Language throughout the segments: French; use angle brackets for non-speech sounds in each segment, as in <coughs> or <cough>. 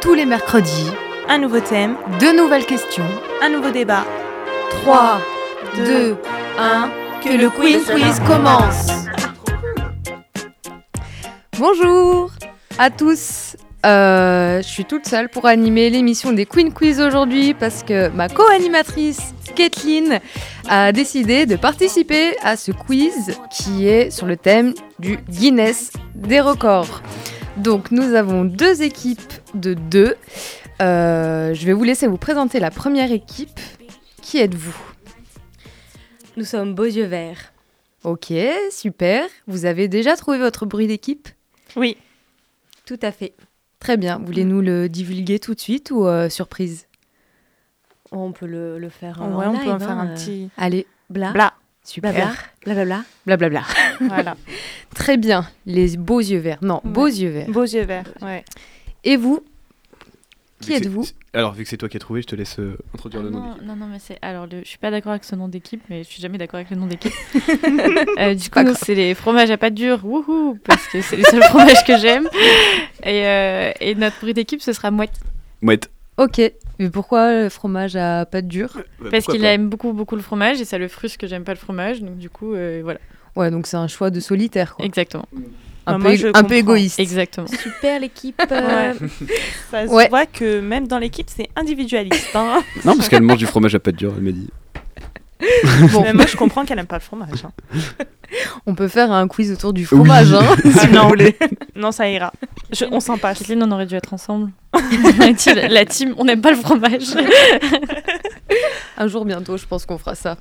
tous les mercredis, Un nouveau thème, de nouvelles questions. un nouveau débat. 3, 2, 1, que le quiz quiz commence. Bonjour à tous. Euh, je suis toute seule pour animer l'émission des Queen Quiz aujourd'hui parce que ma co-animatrice Kathleen a décidé de participer à ce quiz qui est sur le thème du Guinness des records. Donc nous avons deux équipes de deux. Euh, je vais vous laisser vous présenter la première équipe. Qui êtes-vous Nous sommes Beaux Yeux Verts. Ok, super. Vous avez déjà trouvé votre bruit d'équipe Oui. Tout à fait. Très bien. Voulez-nous le divulguer tout de suite ou euh, surprise On peut le, le faire En en vrai, on peut en live, faire hein, un <laughs> euh, petit Allez, bla. bla. super. Blabla. Blablabla. Blablabla. Voilà. <laughs> Très bien. Les beaux yeux verts. Non, Ouais. beaux yeux verts. Beaux yeux verts. Ouais. Et vous Qui Vu que c'est- êtes-vous c'est- Alors, vu que c'est toi qui as trouvé, je te laisse euh, introduire le nom non, d'équipe. non, non, mais c'est. Alors, le- je suis pas d'accord avec ce nom d'équipe, mais je suis jamais d'accord avec le nom <laughs> d'équipe. Euh, du coup, Pas grave. c'est les fromages à pâte dure, wouhou, parce que c'est les seuls fromages que j'aime. Et, euh, et notre bruit d'équipe, ce sera Mouette, Euh, Mouette. Ok. Mais pourquoi le fromage à pâte dure Bah, parce pourquoi qu'il pas aime beaucoup, beaucoup le fromage, et ça le frustre que j'aime pas le fromage, donc du coup, euh, voilà. Ouais, donc c'est un choix de solitaire. Quoi. Exactement, Un, Bah, peu, moi, je un peu comprends. égoïste. exactement. Super l'équipe. euh, <laughs> Ça se Ouais. voit que même dans l'équipe, c'est individualiste. hein. Non, parce qu'elle mange du fromage à pâte dure, elle m'a dit. <laughs> Bon. Mais moi, je comprends qu'elle aime pas le fromage. hein. <laughs> On peut faire un quiz autour du fromage, Oui. hein, <laughs> <laughs> si Ah, vous non. voulez. Non, ça ira. Je- on s'en passe. Kathleen, on aurait dû être <laughs> ensemble. On a dit, la, la team, on n'aime pas le fromage. Un jour bientôt, je pense qu'on fera ça.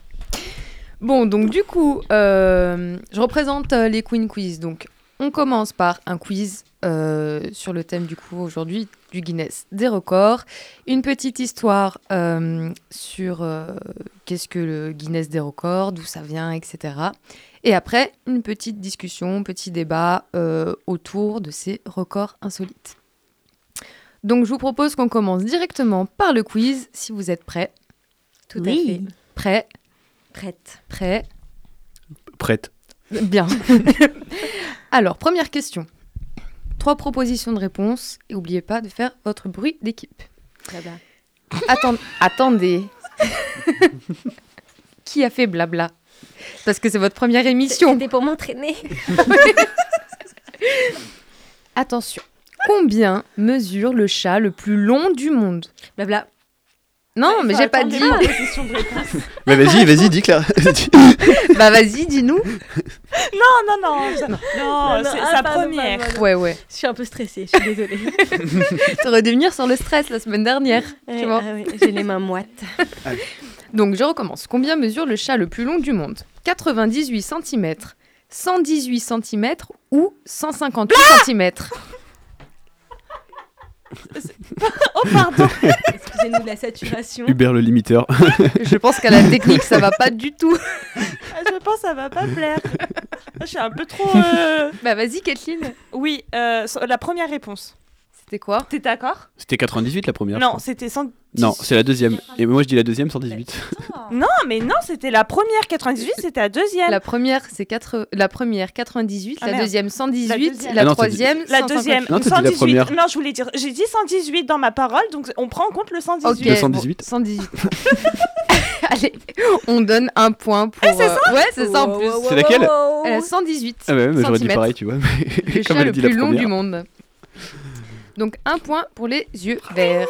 Bon, donc du coup, euh, je représente euh, les Queen Quiz. Donc, on commence par un quiz euh, sur le thème du coup aujourd'hui du Guinness des records. Une petite histoire euh, sur euh, qu'est-ce que le Guinness des records, d'où ça vient, etc. Et après, une petite discussion, petit débat euh, autour de ces records insolites. Donc, je vous propose qu'on commence directement par le quiz, si vous êtes prêts. Tout Oui. Prêt, à fait. Prête. prêt, Prête. bien. <laughs> Alors, première question. Trois propositions de réponse et n'oubliez pas de faire votre bruit d'équipe. Blabla. Attend- <laughs> attendez. Qui a fait blabla Parce que c'est votre première émission. C'était pour m'entraîner. Attention. Combien mesure le chat le plus long du monde Blabla. Non, mais j'ai pas dit. Attendez-moi, la question de réponse. Bah, vas-y, vas-y, dis <laughs> Claire. Bah vas-y, dis-nous. Non, non, non. ça- Non, non, Oh, c'est ah, sa pardon, première. pardon, pardon. Ouais, ouais. Je suis un peu stressée, je suis désolée. T'aurais dû venir sur le stress la semaine dernière. Ouais, Tu vois ah ouais, J'ai les mains moites. Donc je recommence. Combien mesure le chat le plus long du monde 98 cm, 118 cm ou 158 cm Oh, pardon. Excusez-nous de la saturation. Hubert le limiteur. Je pense qu'à la technique, ça va pas du tout. Ah, Je pense que ça va pas <laughs> plaire. Je suis un peu trop. euh, <laughs> Bah vas-y, Kathleen. Oui, euh, so- la première réponse. C'était quoi T'es d'accord C'était 98 la première je Non, crois. c'était sans. Non, c'est la deuxième. Et moi je dis la deuxième 118. Non, mais non, c'était la première 98, c'était la deuxième. La première, c'est quatre... la première 98, Ah, la merde. deuxième 118, La la, Ah non, t'as dit- troisième La 158. deuxième, Non, t'as dit la 118. première. Non, je voulais dire, j'ai dit 118 dans ma parole, donc on prend en compte le 118. Ok, Le 118. bon, <laughs> 118. Allez, on donne un point pour. euh, Ouais, c'est ça en plus. C'est laquelle Elle a 118. Ah bah ouais, mais j'aurais dit centimètres. pareil, tu vois. mais le <laughs> comme chat elle le dit la plus long du première. monde. Donc un point pour les yeux verts.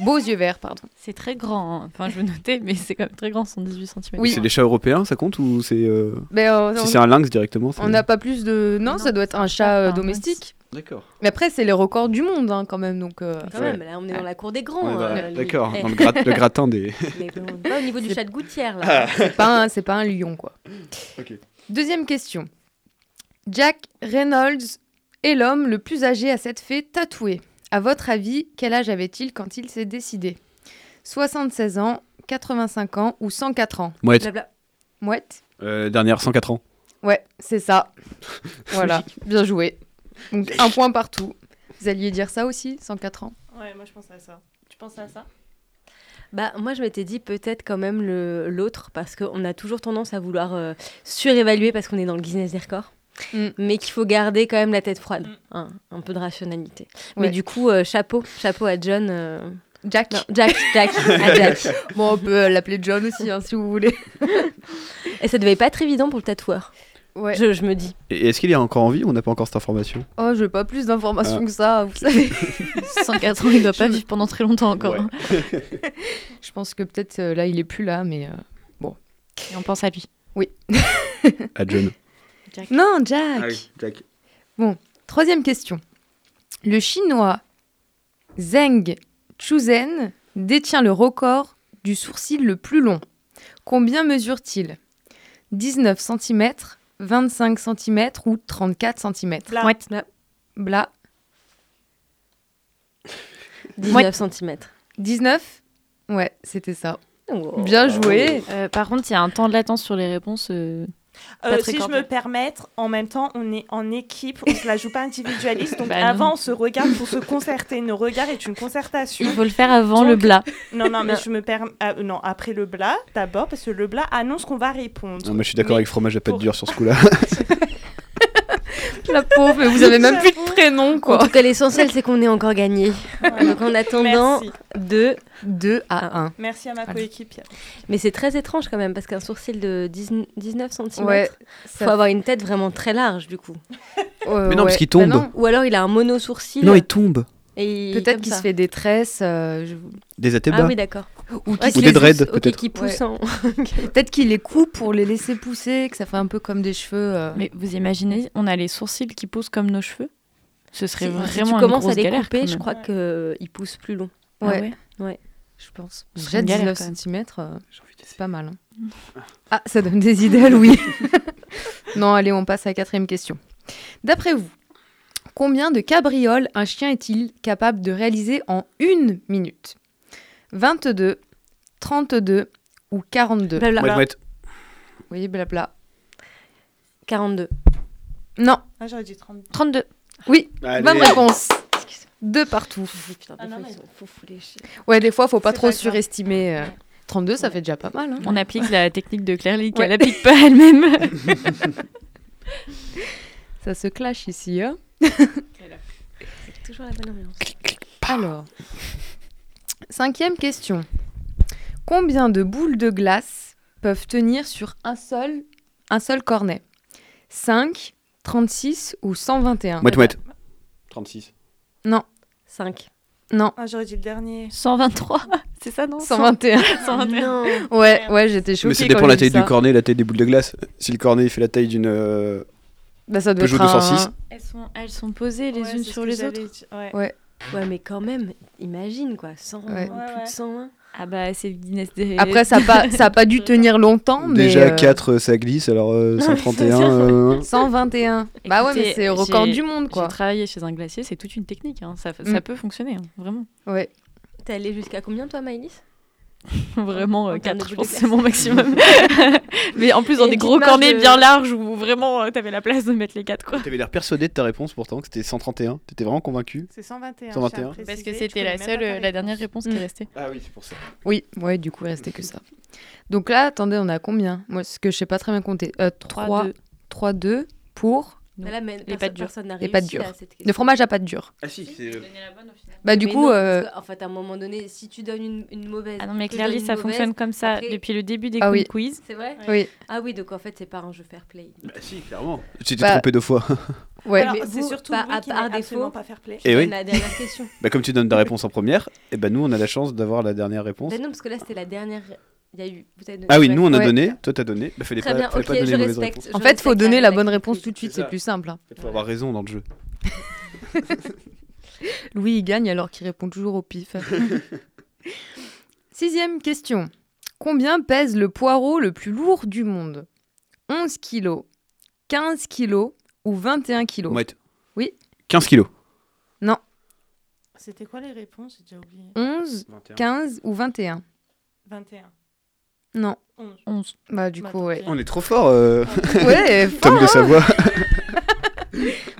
Beaux yeux verts, pardon. C'est très grand, hein. enfin je veux noter, mais c'est quand même très grand, 118 cm. Oui. C'est des chats européens, ça compte ou c'est. euh, Mais euh, Si on- c'est un lynx directement c'est- on n'a pas plus de... Non, ça doit être un chat euh, Ah, mince. domestique. D'accord. Mais après, c'est les records du monde hein, quand même. Donc, <laughs> euh, Quand même, là, on est dans la cour des grands. Ouais, bah, euh, D'accord, eh, dans le, grat- le gratin des. mais bon, pas au niveau du C'est- chat de gouttière, là. c'est pas, un- c'est pas un lion, quoi. Ok. Deuxième question. Jack Reynolds est l'homme le plus âgé à s'être fait tatouer. À votre avis, quel âge avait-il quand il s'est décidé 76 ans, 85 ans ou 104 ans Mouette. Blabla. Mouette Euh, dernière, 104 ans. Ouais, c'est ça. <laughs> Voilà, bien joué. Donc un point partout. Vous alliez dire ça aussi, 104 ans Ouais, moi je pense à ça. Tu penses à ça Bah, moi, je m'étais dit peut-être quand même le- l'autre, parce qu'on a toujours tendance à vouloir euh, surévaluer parce qu'on est dans le business des records. Mm. mais qu'il faut garder quand même la tête froide, Mm. hein, un peu de rationalité. Ouais. Mais du coup, euh, chapeau, chapeau à John. <laughs> euh, Jack. Non, Jack, Jack, <laughs> à Jack. Bon, on peut euh, l'appeler John aussi, hein, si vous voulez. Et ça devait pas être évident pour le tatoueur, Ouais. je, je me dis. Et est-ce qu'il est encore en vie ou on n'a pas encore cette information Oh, je veux pas plus d'informations Ah. que ça, vous savez. 104 ans, il doit pas vivre pendant très longtemps encore. Ouais. hein. Je pense que peut-être euh, là, il est plus là, mais. euh, Et on pense à lui. À John. Non, Jack Jack. Troisième question. Le chinois Zheng Chuzen détient le record du sourcil le plus long. Combien mesure-t-il 19 cm, 25 cm ou 34 cm Bla. Ouais. Bla, 19 cm. 19 Ouais, c'était ça. Oh. Bien joué Euh, par contre, il y a un temps de latence sur les réponses. euh, Euh, Patrick si je Horton. me permettre, en même temps, on est en équipe, on se la joue pas individualiste. Donc <laughs> Bah non. avant, on se regarde pour se concerter. Nos regards est une concertation. Il faut le faire avant le blas. Non, non, mais je me permets. ah, non, après le blas, d'abord, parce que le blas annonce qu'on va répondre. Non, mais je suis d'accord Mais- avec fromage à pâte pour- dure sur ce coup-là. La pauvre, mais vous avez même plus de prénom, En quoi tout cas, l'essentiel, c'est qu'on ait encore gagné. Donc en attendant, Merci. deux. 2 à 1. Merci à ma Voilà. coéquipière. Mais c'est très étrange quand même, parce qu'un sourcil de 19 19 cm, Ouais, faut avoir une tête vraiment très large du coup. euh, Mais non, parce qu'il Bah tombe. Ou alors il a un mono sourcil. non, il tombe. et il- Peut-être comme qu'il ça. se fait des tresses, euh, je- Des Ah atébas. oui, d'accord. ou Ouais, qu'il qui des les- dreads, ok, peut-être. qui hein. poussent en- Peut-être qu'il les coupe pour les laisser pousser, que ça fait un peu comme des cheveux. euh. Mais vous imaginez, on a les sourcils qui poussent comme nos cheveux Ce serait Si- vraiment si tu une commences grosse à les galère. couper, quand je même. crois qu'ils poussent plus long. Ah ouais, ouais. je pense. Ce Déjà serait une galère, 19 quand même. cm, c'est euh, pas mal. hein. <laughs> Ah, ça donne des idées à Louis. <laughs> non, allez, on passe à la quatrième question. D'après vous, combien de cabrioles un chien est-il capable de réaliser en une minute 22, 32 ou 42 Blabla. Mouette, mouette. Oui, blabla. 42. Non, Ah, j'aurais dit 32. 32. oui, Allez. bonne réponse. Excuse-moi. Deux partout. Putain, des Ah non, fois, mais- ils sont fous, fous les chiens. Ouais, des fois, faut pas C'est trop pas grave. surestimer. euh, 32, ça fait déjà pas mal. hein. On applique la technique de Claire Lee Ouais. qu'elle applique pas elle-même. <laughs> Ça se clash ici. hein. C'est toujours la bonne ambiance. Alors, cinquième question. Combien de boules de glace peuvent tenir sur un seul, un seul cornet 5, 36 ou 121 Mouette, mouette. 36. 5. Non, Ah, j'aurais dit le dernier. 123. C'est ça, non 121. Oh, Ah Non. Ouais, ouais, j'étais choquée. Mais ça quand dépend la j'ai taille vu du ça. cornet, la taille des boules de glace. Si le cornet il fait la taille d'une. euh, Bah, ça doit Peugeot être un- 206. Elles sont, elles sont posées les Ouais, unes c'est ce sur que les j'allais autres. dire, ouais. Ouais, mais quand même, imagine quoi. 100, Ouais. plus Ouais, de hein. 101. Ah bah, c'est le Guinness des. Après, ça n'a pas, ça a pas dû tenir longtemps, mais... Déjà euh, 4, euh, ça glisse, alors euh, Non, mais 131. c'est ça. euh, 121. bah ouais, mais Écoutez, c'est record j'ai- du monde, J'ai quoi. travaillé chez un glacier, c'est toute une technique. hein. Ça, ça Mm. peut fonctionner, hein, vraiment. Ouais. T'es allé jusqu'à combien toi, Maëlys <laughs> Vraiment, En termes de 4, je boules de pense, <laughs> c'est mon maximum. <laughs> Mais en plus, dans Et des une gros petite marge cornets de- bien larges où vraiment euh, t'avais la place de mettre les 4, quoi. T'avais l'air persuadé de ta réponse pourtant, que c'était 131. T'étais vraiment convaincu C'est 121. 121. je tiens à Parce que préciser, c'était je la connais même seule, pas ta euh, la dernière réponse. réponse qui Mm. est restée. Ah oui, c'est pour ça. Oui, ouais, du coup, il restait que ça. Donc là, attendez, on a combien Moi, ce que je sais pas très bien compter. Euh, 3, 2. 3, 2 pour Non. Bah Là, mais Les pâtes dures. personne n'a Les réussi pâtes dures. à cette le question. fromage à pâte dure. Ah si, Bah du Mais coup, non, euh, parce que, en fait, à un moment donné, si tu donnes une, une mauvaise. Ah non, mais tu Clairly, donnes une ça mauvaise- fonctionne comme ça après- depuis le début des Ah oui. Queen quiz. C'est vrai oui, Ah oui, donc en fait, c'est pas un jeu fair play. si, clairement. Tu t'es Bah- trompé deux <laughs> fois. ouais. Alors, mais c'est vous, surtout pas vous à- qui à n'allez défaut. absolument pas faire play. Eh Et Eh oui. La dernière question. Bah, comme tu donnes ta réponse en première, et ben nous on a la chance d'avoir la dernière réponse. Ben non, parce que là, c'était la dernière. Il y a eu. vous avez donné- Ah oui, ouais. nous on a Ouais. donné, toi t'as donné. Bah, fallait Très pas, bien, fallait ok, pas donner je les mauvaises respecte. en réponses. fait, faut donner la bonne réponse tout de suite, C'est c'est ça. plus simple. hein. Faut avoir raison dans le jeu. Louis, il gagne alors qu'il répond toujours au <laughs> pif. Sixième question. Combien pèse le poireau le plus lourd du monde 11 kilos, 15 kilos ou 21 kilos Mouette. Oui. 15 kilos. C'était quoi les réponses J'ai déjà oublié. 11, 15 ou 21 21. Non. 11. 11. Bah, Bah du coup, ouais. <laughs> On est trop fort, euh, Ouais, Tom de Savoie.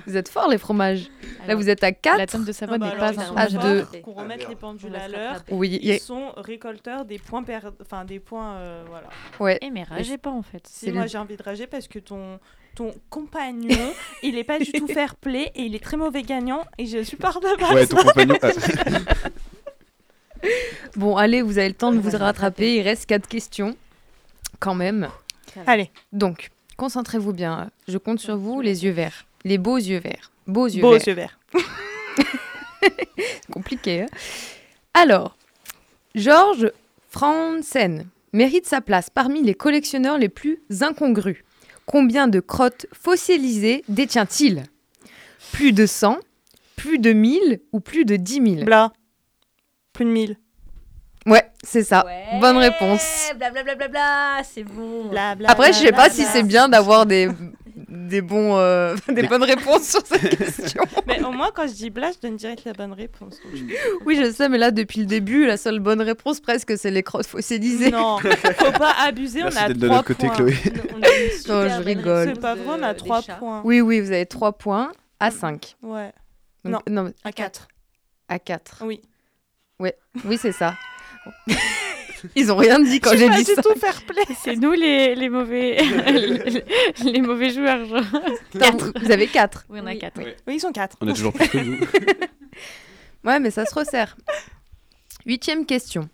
Vous êtes forts, les fromages. Là, Alors, vous êtes à 4. La tente de Ah Savoie bah n'est alors, pas ils un sont à fromage. forts, deux. Qu'on remette les pendules à l'heure. Oui, il y a- Ils sont récolteurs des points per- enfin des points euh, voilà. ouais. Eh mais ragez pas en <laughs> fait. C'est Si moi le- j'ai envie de rager parce que ton ton compagnon, il est pas du <laughs> tout fair play et il est très mauvais gagnant et je suis pardonnable. Ouais, ton compagnon. ah, Bon, allez, vous avez le temps de On vous va le rattraper. Il reste 4 questions, quand même. Allez, Donc, concentrez-vous bien. Je compte sur vous, les yeux verts. Les beaux yeux verts. Beaux yeux beau verts. yeux verts. Compliqué. hein. Alors, Georges Franzen mérite sa place parmi les collectionneurs les plus incongrus. Combien de crottes fossilisées détient-il Plus de 100, plus de 1000 ou plus de 10 000 Bla. Plus de 1000. Ouais, c'est ça. Ah, Bonne réponse. Blablabla, c'est bon. Bla, bla, Après, bla, je sais bla, pas là, si là. c'est bien d'avoir des, des, bons, euh, <laughs> des bonnes réponses sur cette question. Mais au moins, quand je dis bla, je donne direct la bonne réponse. donc <laughs> je- Oui, je sais, mais là, depuis le début, la seule bonne réponse presque, c'est les crottes fossilisées. Non, faut pas abuser, Merci on a d'être de 3 notre côté, points. Chloé. On a une super je bonne rigole. C'est réponse pas de- vrai, on a des 3 chats. points. Oui, oui, vous avez 3 points à 5. Ouais, non mais à 4. à 4. Oui. Oui, c'est ça. <laughs> Ils ont rien dit quand j'ai dit ça. tout fair play. C'est nous les, les mauvais les, les mauvais joueurs. Genre. Vous- Vous avez 4. Oui, on a Oui. quatre. oui. Oui, ils sont 4. On a toujours plus que vous. Ouais, mais ça se resserre. Huitième question.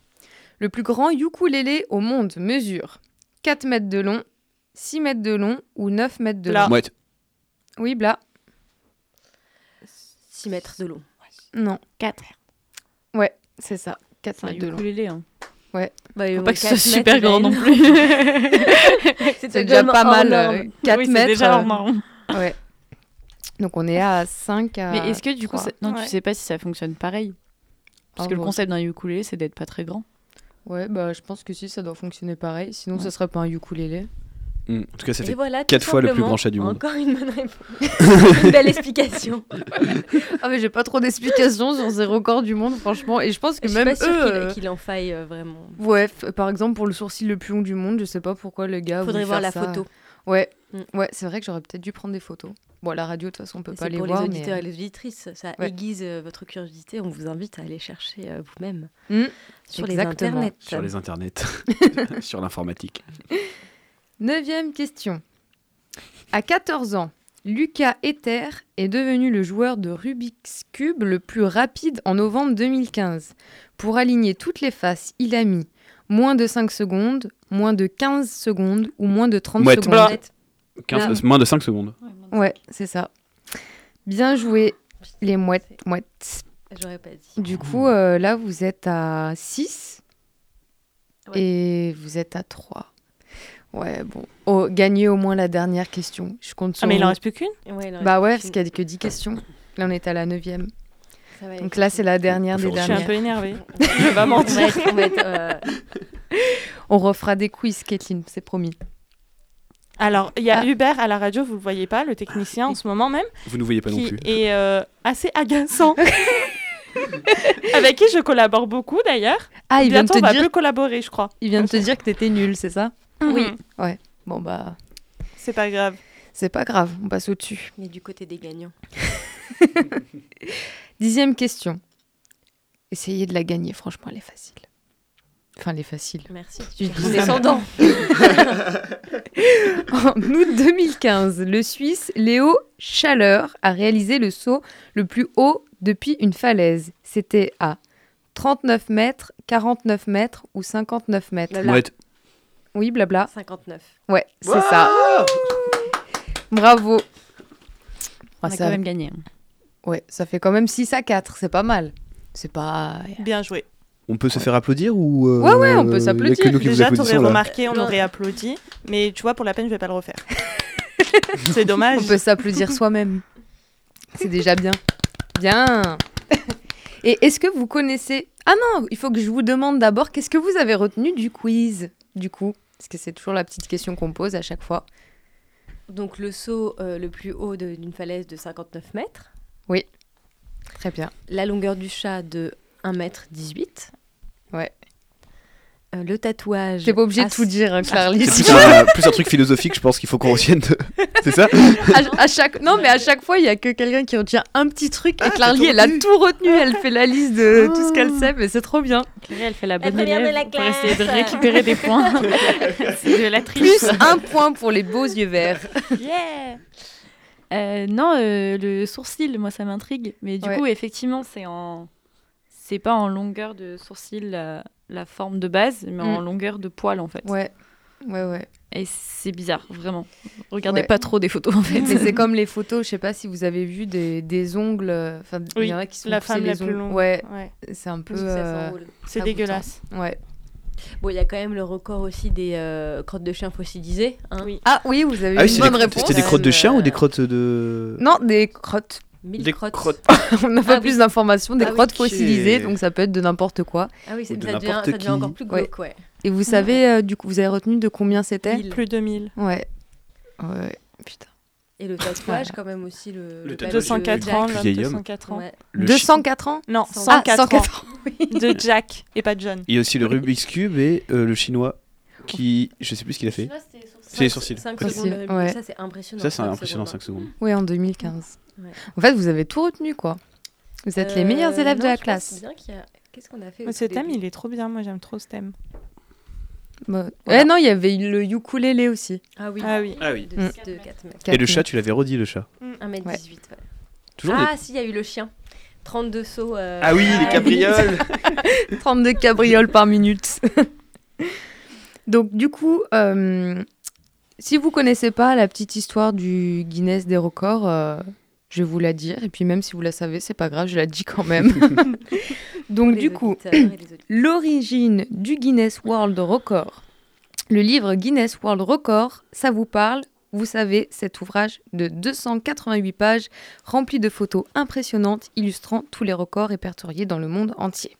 Le plus grand ukulélé au monde mesure 4 mètres de long, 6 mètres de long ou 9 mètres de Bla. long Ouais, t- Oui, Bla. 6 mètres de long. Non, Quatre. c'est ça. 4 C'est un mètres de long. ukulélé, hein. Faut Bah, Faut pas que ce soit super grand non plus. <laughs> C'est déjà pas mal. euh, 4 Oui, c'est mètres. déjà hors euh, marron. ouais. Donc on est à 5 à. Euh, Mais est-ce que du coup, trois. ça- non, Ouais. tu sais pas si ça fonctionne pareil Parce Ah, que le bon. concept d'un ukulélé, c'est d'être pas très grand. Ouais, bah je pense que si, ça doit fonctionner pareil. Sinon, ce serait pas un ukulélé. Hmm, En tout cas, ça Et fait. voilà, tout quatre fois le plus simplement, grand chat du monde. Encore une bonne <laughs> réponse. une belle explication. Ah mais j'ai pas trop d'explications sur ces records du monde franchement et je pense que Je suis même pas sûre eux qu'il- euh, qu'il en faille euh, vraiment. ouais f- par exemple pour le sourcil le plus long du monde je sais pas pourquoi le gars a Faudrait voulu voir faire la ça. photo. ouais Mm. ouais c'est vrai que j'aurais peut-être dû prendre des photos bon à la radio de toute façon on peut pas C'est les pour voir les auditeurs mais euh, et les auditrices. Ça Ouais. aiguise euh, votre curiosité. On vous invite à aller chercher euh, vous-même Mm. sur les Exactement. internets. Sur les internets, sur l'informatique. neuvième question à 14 ans Lucas Ether est devenu le joueur de Rubik's Cube le plus rapide en novembre 2015. Pour aligner toutes les faces, il a mis moins de 5 secondes, moins de 15 secondes ou moins de 30 Mouette. secondes. 15, euh, moins de 5 secondes. Ouais, c'est ça. Bien joué, les mouettes. mouettes. J'aurais pas dit. Du coup, Mmh. euh, là, vous êtes à 6 Ouais. et vous êtes à 3. Ouais, bon. Oh, gagnez au moins la dernière question. Je compte sur Ah, mais il en vous. reste plus qu'une Ouais, non, Bah ouais, parce aucune. qu'il n'y a que 10 questions. Là, on est à la 9 ça va Donc être- là, c'est la dernière Je des suis Je suis un dernières. peu énervée. <laughs> vais Je pas mentir. <laughs> On va être, euh, On refera des quiz, Kathleen, c'est promis. Alors, il y a Ah. Hubert à la radio, vous le voyez pas, le technicien en ce moment même, Vous ne voyez pas non qui plus. est euh, assez <laughs> agaçant. Avec qui je collabore beaucoup d'ailleurs. Ah, il vient, de Bientôt, on te va dire, plus collaborer, je crois. il vient de te dire que t'étais nul, c'est ça Oui. Bon, bah, C'est pas grave. c'est pas grave, on passe au-dessus. on est du côté des gagnants. Dixième question. Essayez de la gagner, franchement, elle est facile. Enfin, elle est facile. Merci. Tu es dis condescendant. <laughs> En août 2015, le Suisse Léo Chaleur a réalisé le saut le plus haut depuis une falaise. C'était à 39 mètres, 49 mètres ou 59 mètres. Blabla. Mouette. Oui, blabla. 59. Ouais, c'est ça. Bravo. Ah, On a ça, quand même gagné. ouais, ça fait quand même 6 à 4, c'est pas mal. C'est pas... Bien joué. On peut se faire applaudir ou euh, Ouais, ouais, on peut il y a s'applaudir. que nous qui vous Déjà, applaudissons, t'aurais là. remarqué, on Non. aurait applaudi. Mais tu vois, pour la peine, je vais pas le refaire. <laughs> C'est dommage. On peut <laughs> s'applaudir soi-même. C'est déjà bien. Bien. Et est-ce que vous connaissez Ah non, il faut que je vous demande d'abord qu'est-ce que vous avez retenu du quiz du coup parce que c'est toujours la petite question qu'on pose à chaque fois. Donc le saut euh, le plus haut de- d'une falaise de 59 mètres. Très bien. La longueur du chat de 1 mètre 18. Ouais. euh, le tatouage. T'es pas obligé à de tout dire, hein, Clarly. <laughs> C'est plus un, plus un truc philosophique, je pense qu'il faut qu'on retienne. de- <laughs> C'est ça à, à chaque... Non, mais à chaque fois, il y a que quelqu'un qui retient un petit truc. Ah, et t'as Clarly, tout elle a retenu. tout retenu. Oh. Elle fait la liste de tout ce qu'elle sait, mais c'est trop bien. Claire, elle fait la bonne première de élève la pour essayer de classe. récupérer <laughs> des points. <laughs> C'est de la triche. <laughs> Plus un point pour les beaux yeux verts. Yeah Euh, non, euh, le sourcil, moi, ça m'intrigue. Mais du Ouais. coup, effectivement, c'est en... C'est pas en longueur de sourcil la, la forme de base, mais en Mm. longueur de poil, en fait. Ouais, ouais, ouais. Et c'est bizarre, vraiment. Regardez Ouais. pas trop des photos, en <laughs> fait. Mais c'est comme les photos, je sais pas si vous avez vu des, des ongles. euh, Enfin, il Oui, y en a qui sont la poussés femme les la plus ongles. longue. Ouais, Ouais. c'est un peu. Parce que ça euh, s'enroule. C'est Ah, dégueulasse. ouais. Bon, il y a quand même le record aussi des euh, crottes de chiens fossilisées. hein. Oui. Ah oui, vous avez Ah oui, une c'est bonne des- réponse. C'était des crottes de Euh, chien ou des crottes de. Non, des crottes. <laughs> Mille Des crottes. crottes. On n'a pas Ah oui. plus d'informations. Des Ah oui. crottes Ok. fossilisées, donc ça peut être de n'importe quoi. Ah oui, c'est- Ou de ça devient, n'importe ça devient qui. encore plus glauque, ouais. Et vous savez, euh, du coup, vous avez retenu de combien c'était Mille. Plus de 1000. Ouais. Ouais, putain. <laughs> Et le tatouage, quand même aussi. Le, Le Bah, le tatouage, palais de 204 ans, Jack. l'homme vieil homme. 204 ans. Ouais. Le chi- 204 ans Non, Cent- 104, ah, 104 <laughs> ans. De Jack et pas de John. Il y a aussi le Rubik's Cube et euh, le chinois qui. Je sais plus ce qu'il a fait. C'est les sourcils. Cinq Peut-être. secondes de Sourcils, ouais. Rubik's, Ça, c'est impressionnant. Ça, c'est cinq impressionnant, secondes. hein. 5 secondes. Ouais, en 2015. Ouais. En fait, vous avez tout retenu, quoi. Vous êtes les Euh, meilleurs élèves non, de la je pense classe. bien qu'il y a- Qu'est-ce qu'on a fait Mais au ce tout thème, début il est trop bien. Moi, j'aime trop ce thème. Bah, Voilà. Ouais, non, il y avait le ukulélé aussi. Ah oui. Ah oui. Ah oui. De, Mm. de 4 mètres. Et le Quatre chat, tu l'avais redit, le chat. 1m18. ouais. Toujours Ah, si, il y a eu le chien. 32 sauts. euh, Ah oui, les cabrioles 32 cabrioles par minute. <laughs> Donc, du coup, euh, si vous connaissez pas la petite histoire du Guinness des records, euh, je vais vous la dire. Et puis, même si vous la savez, c'est pas grave, je la dis quand même. Donc, les du coup, auditeurs et les <clears throat> auditeurs. l'origine du Guinness World Record. Le livre Guinness World Record, ça vous parle Vous savez, cet ouvrage de 288 pages rempli de photos impressionnantes illustrant tous les records répertoriés dans le monde entier.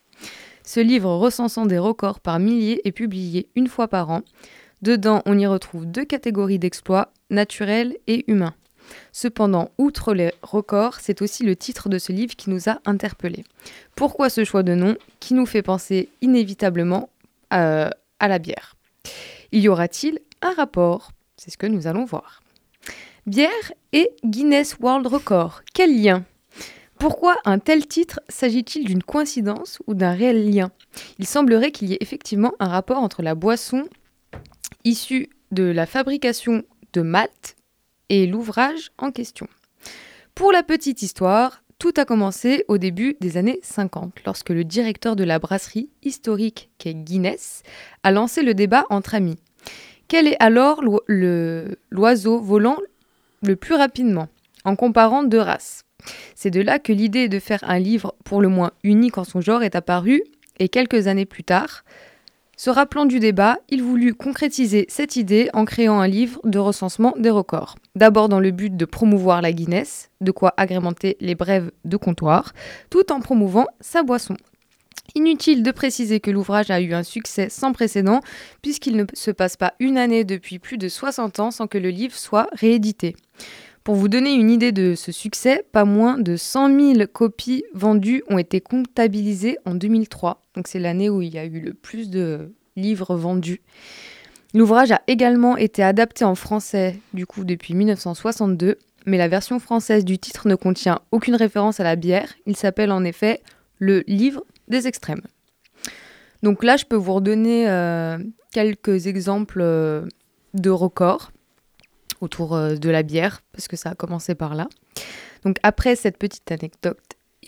Ce livre recensant des records par milliers est publié une fois par an. Dedans, on y retrouve deux catégories d'exploits, naturels et humains. Cependant, outre les records, c'est aussi le titre de ce livre qui nous a interpellés. Pourquoi ce choix de nom qui nous fait penser inévitablement euh, à la bière. Il y aura-t-il un rapport C'est ce que nous allons voir. Bière et Guinness World Record, quel lien pourquoi un tel titre S'agit-il d'une coïncidence ou d'un réel lien Il semblerait qu'il y ait effectivement un rapport entre la boisson issue de la fabrication de malt et l'ouvrage en question. Pour la petite histoire, tout a commencé au début des années 50, lorsque le directeur de la brasserie historique qu'est Guinness a lancé le débat entre amis. Quel est alors l'o- le- l'oiseau volant le plus rapidement, en comparant deux races C'est de là que l'idée de faire un livre pour le moins unique en son genre est apparue, et quelques années plus tard, se rappelant du débat, il voulut concrétiser cette idée en créant un livre de recensement des records. D'abord dans le but de promouvoir la Guinness, de quoi agrémenter les brèves de comptoir, tout en promouvant sa boisson. Inutile de préciser que l'ouvrage a eu un succès sans précédent, puisqu'il ne se passe pas une année depuis plus de 60 ans sans que le livre soit réédité. Pour vous donner une idée de ce succès, pas moins de 100 000 copies vendues ont été comptabilisées en 2003. Donc c'est l'année où il y a eu le plus de livres vendus. L'ouvrage a également été adapté en français, du coup depuis 1962, mais la version française du titre ne contient aucune référence à la bière. Il s'appelle en effet le livre des extrêmes. Donc là, je peux vous redonner euh, quelques exemples euh, de records autour euh, de la bière, parce que ça a commencé par là. Donc après cette petite anecdote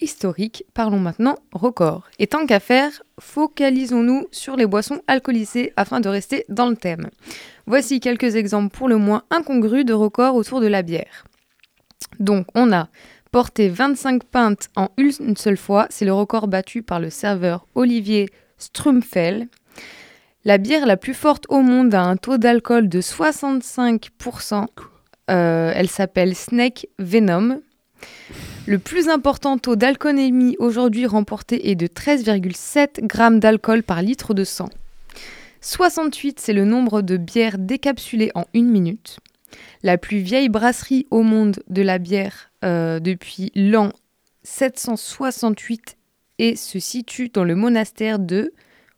historique, parlons maintenant record. Et tant qu'à faire, focalisons-nous sur les boissons alcoolisées afin de rester dans le thème. Voici quelques exemples pour le moins incongrus de records autour de la bière. Donc on a porté 25 pintes en une seule fois, c'est le record battu par le serveur Olivier Strumfel. La bière la plus forte au monde a un taux d'alcool de 65%. Euh, elle s'appelle Snake Venom. Le plus important taux d'alcoolémie aujourd'hui remporté est de 13,7 grammes d'alcool par litre de sang. 68, c'est le nombre de bières décapsulées en une minute. La plus vieille brasserie au monde de la bière euh, depuis l'an 768 et se situe dans le monastère de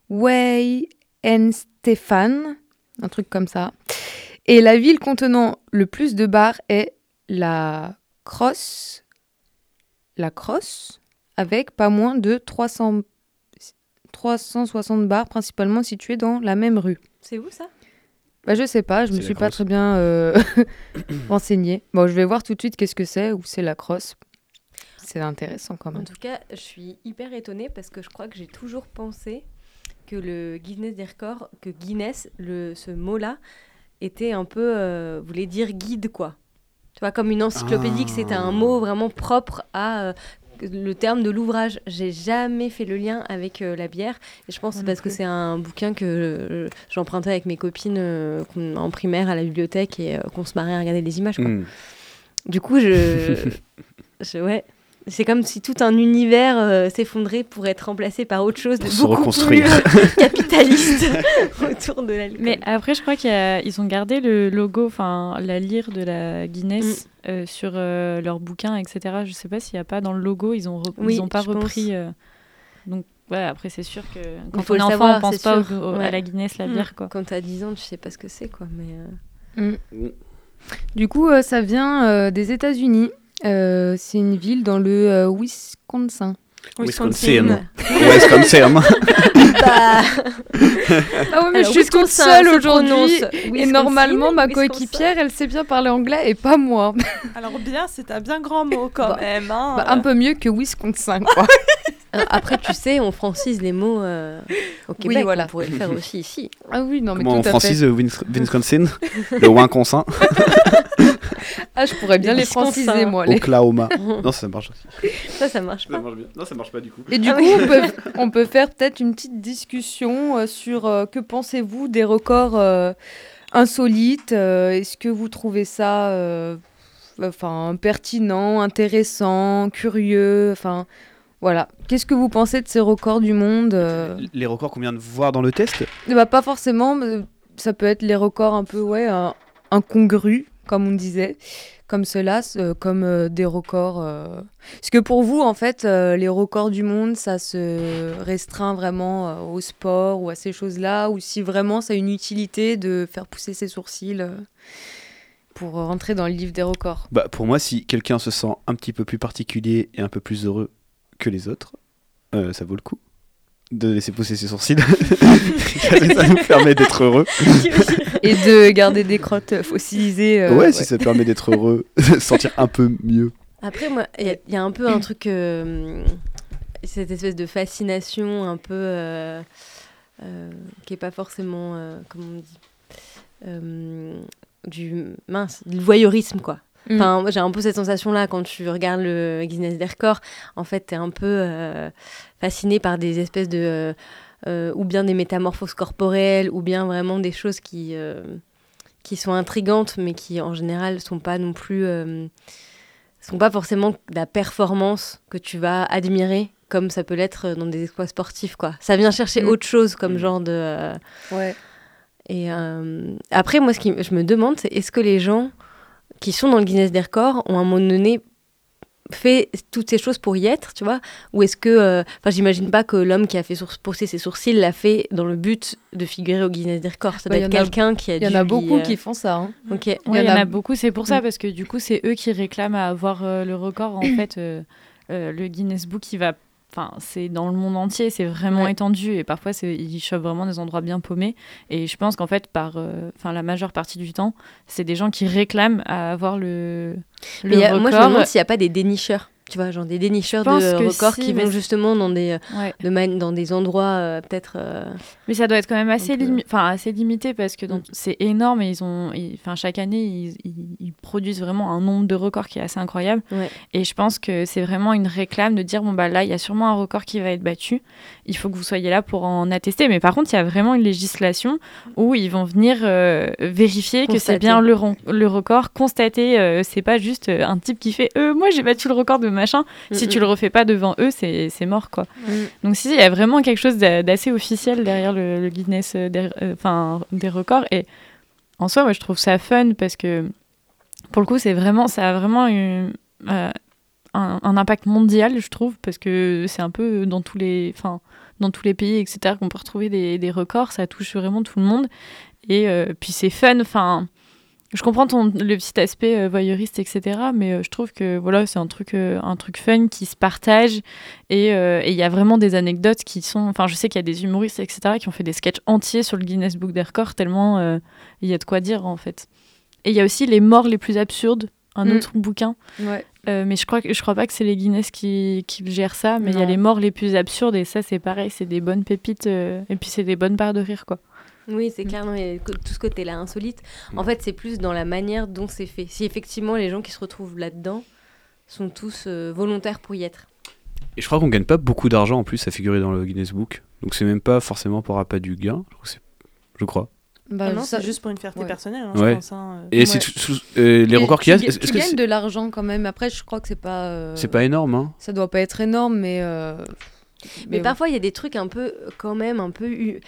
Wei Stefan, un truc comme ça. Et la ville contenant le plus de bars est la Crosse. La Crosse, avec pas moins de 300, 360 bars, principalement situés dans la même rue. C'est où ça Bah, je sais pas, je me C'est la suis pas Crosse. très bien euh, <coughs> renseignée. Bon, je vais voir tout de suite qu'est-ce que c'est, où c'est la Crosse. C'est intéressant quand En même. tout cas, je suis hyper étonnée parce que je crois que j'ai toujours pensé que le Guinness des records, que Guinness, le, ce mot-là, était un peu, euh, voulait dire guide, quoi. Tu vois, comme une encyclopédie, que c'était Ah. un mot vraiment propre à euh, le terme de l'ouvrage. J'ai jamais fait le lien avec euh, la bière. Et je pense que Moi c'est non parce que plus. c'est un bouquin que euh, j'empruntais avec mes copines euh, qu'on- en primaire à la bibliothèque et euh, qu'on se marrait à regarder les images, quoi. <laughs> <laughs> Hmm. Du coup, <laughs> je. je- ouais. C'est comme si tout un univers euh, s'effondrait pour être remplacé par autre chose de Pour se beaucoup reconstruire. plus <laughs> euh, capitaliste autour de l'alcool. Mais après, je crois qu'ils ont gardé le logo, enfin la lyre de la Guinness Mm. euh, sur euh, leur bouquin, etc. Je sais pas s'il n'y a pas dans le logo, ils ont, re- Oui, ils ont pas je pense. repris. euh, Donc ouais, après c'est sûr que quand faut on le est enfant, savoir, on pense c'est pas sûr. au- au- Ouais. à la Guinness, la Mm. bière quoi. Quand t'as 10 ans, tu sais pas ce que c'est, quoi. Mais euh, Du coup, euh, ça vient euh, des États-Unis. Euh, c'est une ville dans le euh, Wisconsin. Wisconsin. Ouais, c'est comme ça, hein. moi. bah, Ah ouais, mais alors, je suis toute Wisconsin seule se aujourd'hui. prononce Et Wisconsin, normalement, ma Wisconsin. coéquipière, elle sait bien parler anglais et pas moi. Alors bien, c'est un bien grand mot quand Bah, même. hein. Bah, un peu mieux que Wisconsin, <laughs> quoi. Ah, Après, tu sais, on francise les mots euh, au Québec. voilà. On pourrait le faire aussi ici. ah oui, non, mais Comment on tout à francise euh, Wins- Wisconsin Le Wisconsin <laughs> fait. Ah, je pourrais bien Les les franciser, Wisconsin. moi. les- <laughs> Oklahoma. Non, ça marche aussi. Ça, ça marche pas. marche bien. Non, ça marche pas du coup. Et du coup, on peut, on peut faire peut-être une petite discussion euh, sur euh, que pensez-vous des records euh, insolites euh, Est-ce que vous trouvez ça euh, enfin, pertinent, intéressant, curieux Enfin, voilà. Qu'est-ce que vous pensez de ces records du monde euh Les records qu'on vient de voir dans le test Eh ben, pas forcément, mais ça peut être les records un peu ouais, euh, incongrus, comme on disait, comme cela, euh, comme euh, des records. euh. Parce que pour vous, en fait, euh, les records du monde, ça se restreint vraiment euh, au sport ou à ces choses-là, ou si vraiment ça a une utilité de faire pousser ses sourcils euh, pour rentrer dans le livre des <laughs> records. Bah, pour moi, si quelqu'un se sent un petit peu plus particulier et un peu plus heureux que les autres, euh, ça vaut le coup de laisser pousser ses <laughs> sourcils. <laughs> ça nous permet d'être heureux. Et de garder des crottes fossilisées. euh, ouais, ouais. si ça permet d'être heureux, <laughs> de se sentir un peu mieux. Après, moi, il y, a- il y a un peu un truc, euh, cette espèce de fascination un peu euh, euh, qui est pas forcément, euh, comment on dit, euh, du mince, du voyeurisme quoi. Mm. Enfin, moi, j'ai un peu cette sensation-là quand tu regardes le Guinness des records. En fait, t'es un peu euh, fasciné par des espèces de euh, euh, ou bien des métamorphoses corporelles, ou bien vraiment des choses qui euh, qui sont intrigantes, mais qui en général sont pas non plus euh, sont pas forcément de la performance que tu vas admirer comme ça peut l'être dans des exploits sportifs quoi. Ça vient chercher Mm. autre chose comme Mm. genre de euh, Ouais. et euh, après, moi, ce que je me demande, c'est est-ce que les gens qui sont dans le Guinness des records ont à un moment donné fait toutes ces choses pour y être, tu vois Ou est-ce que. euh, Enfin, j'imagine pas que l'homme qui a fait sour- pousser ses sourcils l'a fait dans le but de figurer au Guinness des records. Ça Bah, doit y être en a- quelqu'un qui a Il y en dû a lui, beaucoup euh, qui font ça. hein. Ok. Il Ouais, y il en y en a- a beaucoup, c'est pour Mm. ça, parce que du coup, c'est eux qui réclament à avoir euh, le record. En fait, euh, euh, le Guinness Book, il va. Enfin, c'est dans le monde entier, c'est vraiment Ouais. étendu et parfois c'est- ils chopent vraiment des endroits bien paumés. Et je pense qu'en fait, par, euh, enfin, la majeure partie du temps, c'est des gens qui réclament à avoir le, le Mais y a- record. moi, je me demande s'il n'y a pas des dénicheurs. Tu vois, genre des dénicheurs Je pense de que records si, qui mais vont c'est- justement dans des, euh, Ouais. de man- dans des endroits euh, peut-être. euh, Mais ça doit être quand même assez, peu. limi- enfin, assez limité parce que dans- euh, Mm. c'est énorme et ils ont, ils- enfin, chaque année, ils, ils- ils produisent vraiment un nombre de records qui est assez incroyable. Ouais. Et je pense que c'est vraiment une réclame de dire bon, bah là, il y a sûrement un record qui va être battu. Il faut que vous soyez là pour en attester. Mais par contre, il y a vraiment une législation où ils vont venir euh, vérifier que Constater. c'est bien le, ron- le record, constater. euh, c'est pas juste euh, un type qui fait euh, moi, j'ai battu le record de machin. Si Mm, tu le refais pas devant eux, c'est c'est mort, quoi. Donc si, il y a vraiment quelque chose d'a- d'assez officiel derrière le, le Guinness euh, des, euh, enfin, des records. Et en soi, moi, je trouve ça fun parce que, pour le coup, c'est vraiment, ça a vraiment eu, euh, un, un impact mondial, je trouve, parce que c'est un peu dans tous les, enfin, dans tous les pays, etc., qu'on peut retrouver des, des records. Ça touche vraiment tout le monde. Et euh, puis c'est fun. Enfin, je comprends ton, le petit aspect euh, voyeuriste, etc. Mais euh, je trouve que voilà, c'est un truc, euh, un truc fun qui se partage. Et euh, et il y a vraiment des anecdotes qui sont. Enfin, je sais qu'il y a des humoristes, etc., qui ont fait des sketchs entiers sur le Guinness Book des records, tellement euh, il y a de quoi dire en fait. Et il y a aussi les morts les plus absurdes, un Mm. autre bouquin. Ouais. Euh, mais je crois que je crois pas que c'est les Guinness qui, qui le gèrent ça, mais il y a Non. les morts les plus absurdes et ça c'est pareil, c'est des bonnes pépites euh, et puis c'est des bonnes barres de rire quoi. Oui, c'est Mm. clair, non, il y a co- tout ce côté-là insolite. En Mm. fait, c'est plus dans la manière dont c'est fait. Si effectivement les gens qui se retrouvent là-dedans sont tous euh, volontaires pour y être. Et je crois qu'on gagne pas beaucoup d'argent en plus à figurer dans le Guinness Book. Donc c'est même pas forcément par rapport à pas du gain. Je crois. que c'est- Je crois. Bah, Ah non, ça- c'est juste pour une fierté ouais. personnelle, hein, Ouais. je pense. hein, euh. Et c'est Ouais. tout- tout- euh, les Tu- records qu'il y a. tu, ga- est-ce tu que gagnes c'est- de l'argent quand même. Après, je crois que c'est pas. euh, c'est pas énorme hein Ça doit pas être énorme, mais. euh, Mais, ouais. parfois, il y a des trucs un peu, euh, quand même, un peu hu-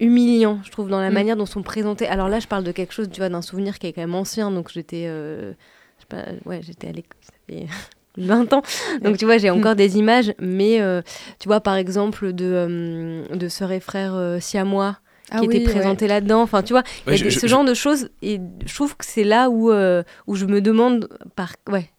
humiliants, je trouve, dans la Mm. manière dont sont présentés. Alors là, je parle de quelque chose, tu vois, d'un souvenir qui est quand même ancien, donc j'étais, euh, je sais pas, ouais, j'étais à l'école, ça fait <laughs> 20 ans, donc tu vois, j'ai Mm. encore des images, mais euh, tu vois, par exemple, de, euh, de Sœurs et Frères euh, Siamois, Ah qui oui, était ouais. présenté là-dedans. Enfin, tu vois, il y a Ouais, je- des- je- ce genre de choses. Et je trouve que c'est là où, euh, où je me demande par ouais,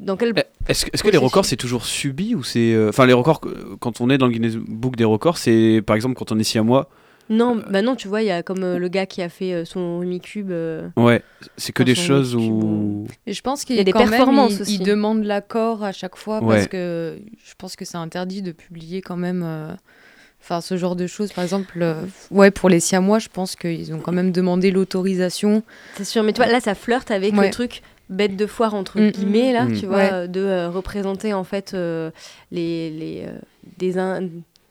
dans quel. Eh, Est-ce que, est-ce que les Processus. records c'est toujours subi ou c'est euh, enfin les records euh, quand on est dans le Guinness Book des records c'est par exemple quand on est si à moi Non, bah non, tu vois, il y a comme euh, le gars qui a fait euh, son Rumicube. euh, ouais c'est que Dans des son choses cube, où Et je pense qu'il Il y a des quand même, performances il- aussi. il demande l'accord à chaque fois Ouais. parce que je pense que c'est interdit de publier quand même. euh, Enfin, ce genre de choses, par exemple, euh, ouais, pour les Siamois, je pense qu'ils ont quand même demandé l'autorisation. C'est sûr, mais tu vois, là, ça flirte avec Ouais. le truc bête de foire entre Mm. guillemets là, Mm. tu vois, Ouais. euh, de euh, représenter en fait euh, les, les euh, des in-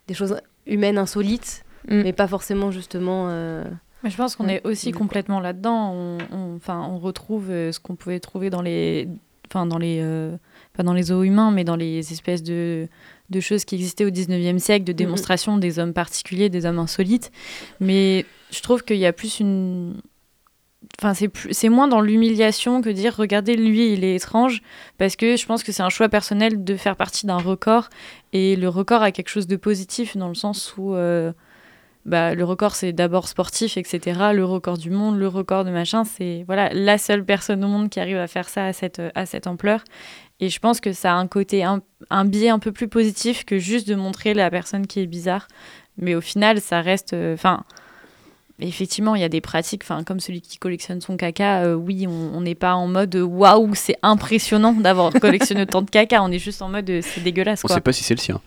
des choses humaines insolites, Mm. mais pas forcément justement. euh, Mais je pense qu'on Ouais. est aussi D'accord. complètement là-dedans. On, on- enfin, on retrouve euh, ce qu'on pouvait trouver dans les, enfin dans les, euh, pas dans les zoos humains, mais dans les espèces de, de choses qui existaient au 19e siècle, de démonstrations des hommes particuliers, des hommes insolites. Mais je trouve qu'il y a plus une, enfin c'est plus- c'est moins dans l'humiliation que dire regardez lui il est étrange parce que je pense que c'est un choix personnel de faire partie d'un record et le record a quelque chose de positif dans le sens où euh, bah, le record, c'est d'abord sportif, etc. Le record du monde, le record de machin, c'est voilà la seule personne au monde qui arrive à faire ça à cette, à cette ampleur. Et je pense que ça a un côté, un, un biais un peu plus positif que juste de montrer la personne qui est bizarre. Mais au final, ça reste. euh, Enfin, effectivement, il y a des pratiques, enfin, comme celui qui collectionne son caca. euh, oui, on on n'est pas en mode waouh, c'est impressionnant d'avoir <laughs> collectionné autant de caca. On est juste en mode euh, c'est dégueulasse, on quoi. sait pas si c'est le sien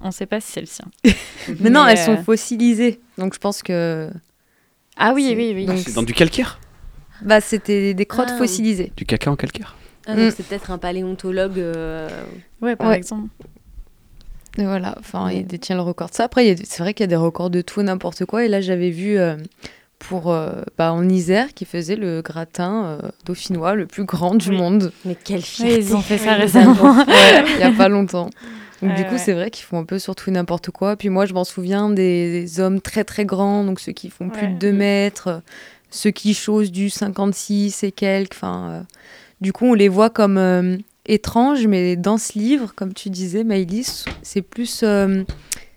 On sait pas si c'est le sien. <laughs> Mm. Mais non, Mais, elles sont euh, fossilisées, donc je pense que Ah oui, C'est- oui, oui. Donc, c'est dans du calcaire bah c'était des crottes Ah. fossilisées. du caca en calcaire ah, donc Mm. C'est peut-être un paléontologue. euh, Ouais, par Ouais. exemple. Et voilà, enfin, Mais- il détient le record de ça. Après, il y a des- c'est vrai qu'il y a des records de tout, n'importe quoi. Et là, j'avais vu euh, pour euh, bah, en Isère qui faisait le gratin euh, dauphinois le plus grand du Oui. monde Mais quelle Ouais, fierté ils ont fait ça Oui. récemment. il y a pas longtemps. Donc, du Ouais, coup, ouais. c'est vrai qu'ils font un peu sur tout et n'importe quoi. Puis moi, je m'en souviens des, des hommes très très grands, donc ceux qui font plus Ouais. de 2 mètres, euh, ceux qui chaussent du 56 et quelques. Enfin, euh, du coup, on les voit comme euh, étranges, mais dans ce livre, comme tu disais, Maïlis, c'est plus, euh,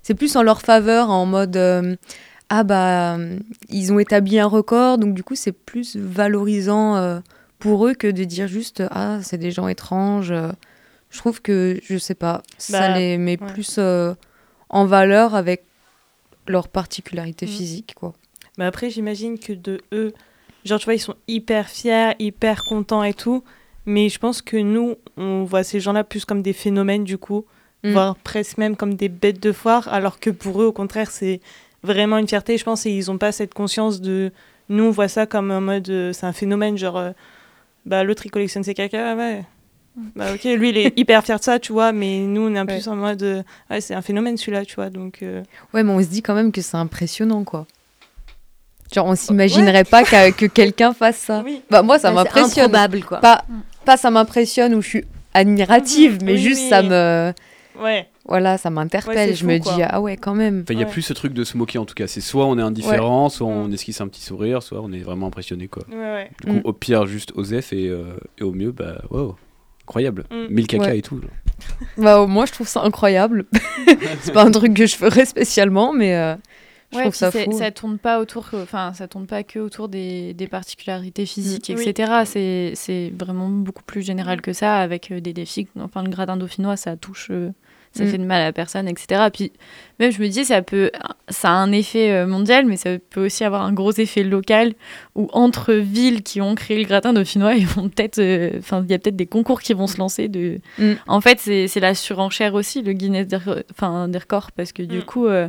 c'est plus en leur faveur, en mode euh, ah bah euh, ils ont établi un record, donc du coup, c'est plus valorisant. euh, pour eux que de dire juste ah c'est des gens étranges euh, je trouve que je sais pas ça Bah, les met ouais. plus euh, en valeur avec leur particularité Mm. physique quoi Mais après, j'imagine que de eux, genre, tu vois, ils sont hyper fiers, hyper contents et tout. Mais je pense que nous, on voit ces gens-là plus comme des phénomènes, du coup, Mm. voire presque même comme des bêtes de foire, alors que pour eux, au contraire, c'est vraiment une fierté, je pense, et ils n'ont pas cette conscience de. Nous, on voit ça comme un mode. euh, c'est un phénomène, genre. euh, bah, l'autre, il collectionne ses caca, ah ouais. Bah, ok, lui, il est hyper fier de ça, tu vois, mais nous, on est un peu Mm. Ouais. plus en mode. euh, ouais, c'est un phénomène, celui-là, tu vois, donc. euh, ouais mais on se dit quand même que c'est impressionnant quoi genre on s'imaginerait pas qu'a- que quelqu'un fasse ça Oui. bah moi ça Ouais, c'est m'impressionne improbable, quoi. pas Mm. pas ça m'impressionne ou je suis admirative mais Oui, juste oui. ça me Ouais. voilà ça m'interpelle Ouais, c'est je me fou, quoi. dis ah ouais quand même Enfin, il y a Ouais. plus ce truc de se moquer en tout cas. C'est soit on est indifférent, soit on esquisse un petit sourire, soit on est vraiment impressionné quoi. Ouais, ouais. Du coup, Mm. au pire, juste Osef et, euh, et au mieux, bah wow, incroyable. Mm. Mille caca Ouais. et tout. Bah, moi, je trouve ça incroyable. c'est pas un truc que je ferais spécialement, mais euh, je Ouais, trouve puis ça c'est- fou. ça tourne pas autour, que- enfin, ça tourne pas que autour des, des particularités Mm, physiques, Oui. etc. C'est- C'est vraiment beaucoup plus général que ça, avec euh, des défis. Enfin, le gradin dauphinois, ça touche, euh, ça Mm. fait de mal à la personne, etc. Puis même, je me dis, ça peut, ça a un effet euh, mondial, mais ça peut aussi avoir un gros effet local, où entre villes qui ont créé le gratin dauphinois, <laughs> ils vont peut-être, euh, enfin, il y a peut-être des concours qui vont se lancer de. Mm. En fait, c'est c'est la surenchère aussi, le Guinness des, re- enfin, des records, parce que du Mm. coup. euh,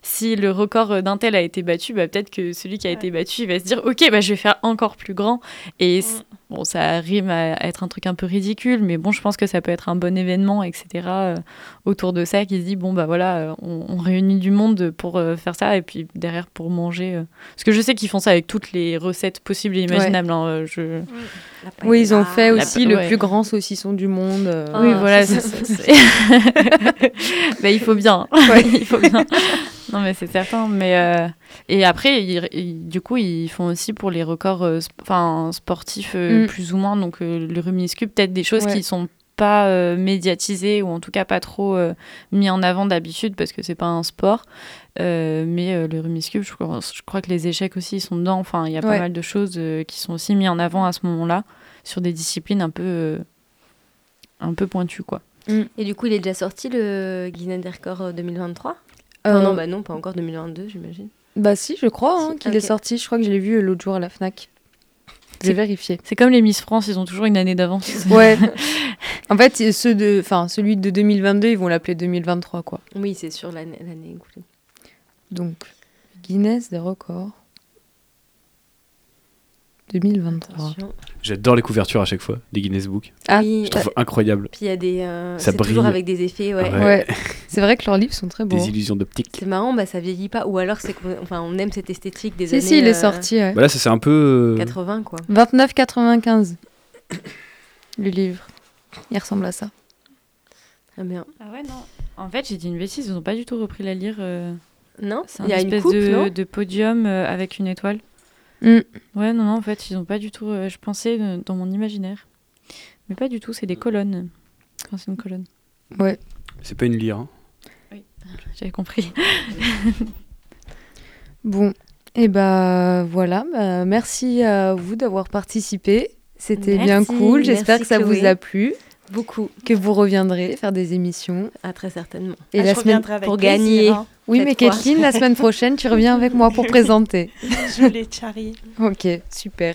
si le record d'un tel a été battu, bah, peut-être que celui qui a Ouais. été battu, il va se dire Ok, bah, je vais faire encore plus grand. Et c- Mm. bon, ça rime à à être un truc un peu ridicule, mais bon, je pense que ça peut être un bon événement, etc. euh, autour de ça, qui se dit Bon, bah voilà, euh, on, on réunit du monde pour euh, faire ça, et puis derrière pour manger. euh. Parce que je sais qu'ils font ça avec toutes les recettes possibles et imaginables. hein, euh, je... Oui, ils ont fait la- aussi le ouais. plus grand saucisson du monde. euh, Ah, oui, <laughs> voilà. ça, c'est- c'est- Bah, il faut <laughs> bien. Ouais. il faut bien. Non, mais c'est certain. Mais euh, et après, ils- ils- du coup, ils font aussi pour les records, euh, sp- enfin sportifs euh, Mm. plus ou moins. Donc euh, le Ruminis Cube, peut-être des choses Ouais. qui sont pas euh, médiatisées ou en tout cas pas trop euh, mis en avant d'habitude parce que c'est pas un sport. Euh, mais euh, le Ruminis Cube, je crois, je crois que les échecs aussi ils sont dedans. Enfin, il y a Ouais. pas mal de choses euh, qui sont aussi mises en avant à ce moment-là sur des disciplines un peu euh, un peu pointues quoi. Et du coup, il est déjà sorti le Guinness des records 2023 euh, Non, non, bah non, pas encore 2022, j'imagine. Bah si, je crois hein, Si, qu'il ok. est sorti. Je crois que je l'ai vu euh, l'autre jour à la Fnac. J'ai C'est- vérifié. C'est comme les Miss France, ils ont toujours une année d'avance. Ouais. en fait, euh, ceux de, enfin celui de 2022, ils vont l'appeler 2023 quoi. Oui, c'est sur l'année l'année écoulée. Donc Guinness des records 2023. Attention. J'adore les couvertures à chaque fois des Guinness Book. Oh. Ah, Oui, Je trouve incroyable. Puis il y a des. euh, Ça c'est toujours brille. Ah avec des effets, ouais. Ouais. Ouais. C'est vrai que leurs livres sont très beaux. Des illusions d'optique. C'est marrant, bah, ça vieillit pas. Ou alors, c'est qu'on enfin, on aime cette esthétique des Si années si, il est euh, sorti. ouais. Voilà, ça c'est un peu. euh, 80, quoi. 29,95 <coughs> le livre. Il ressemble à ça. Très bien. Ah ouais, non. En fait, j'ai dit une bêtise, ils ont pas du tout repris la lyre. euh, Non C'est Il un y a une espèce coupe, de, non Hmm. de podium euh, avec une étoile. Mm. Ouais, non, non, en fait, ils ont pas du tout. euh, je pensais euh, dans mon imaginaire. Mais pas du tout, c'est des colonnes. Enfin, c'est une colonne. C'est pas une lyre. hein. J'avais compris. Bon, et bah voilà, bah, merci à vous d'avoir participé. C'était bien Merci, cool, j'espère merci que ça Chloé. vous a plu, Beaucoup. que vous reviendrez faire des émissions. Ah, très certainement. Et la Ah, je semaine... reviendrai avec pour plaisir, gagner. hein. Oui, cette mais fois. Kathleen, la semaine prochaine, tu reviens avec moi <laughs> pour présenter. Je l'ai charrié. Ok, super.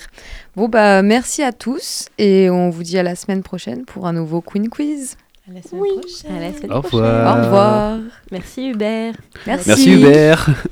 Bon, bah merci à tous et on vous dit à la semaine prochaine pour un nouveau Queen Quiz. À la semaine prochaine. Oh. À la semaine Au prochaine. revoir. Au revoir. Merci, Hubert. Merci. Euh, Merci Ben. Hubert.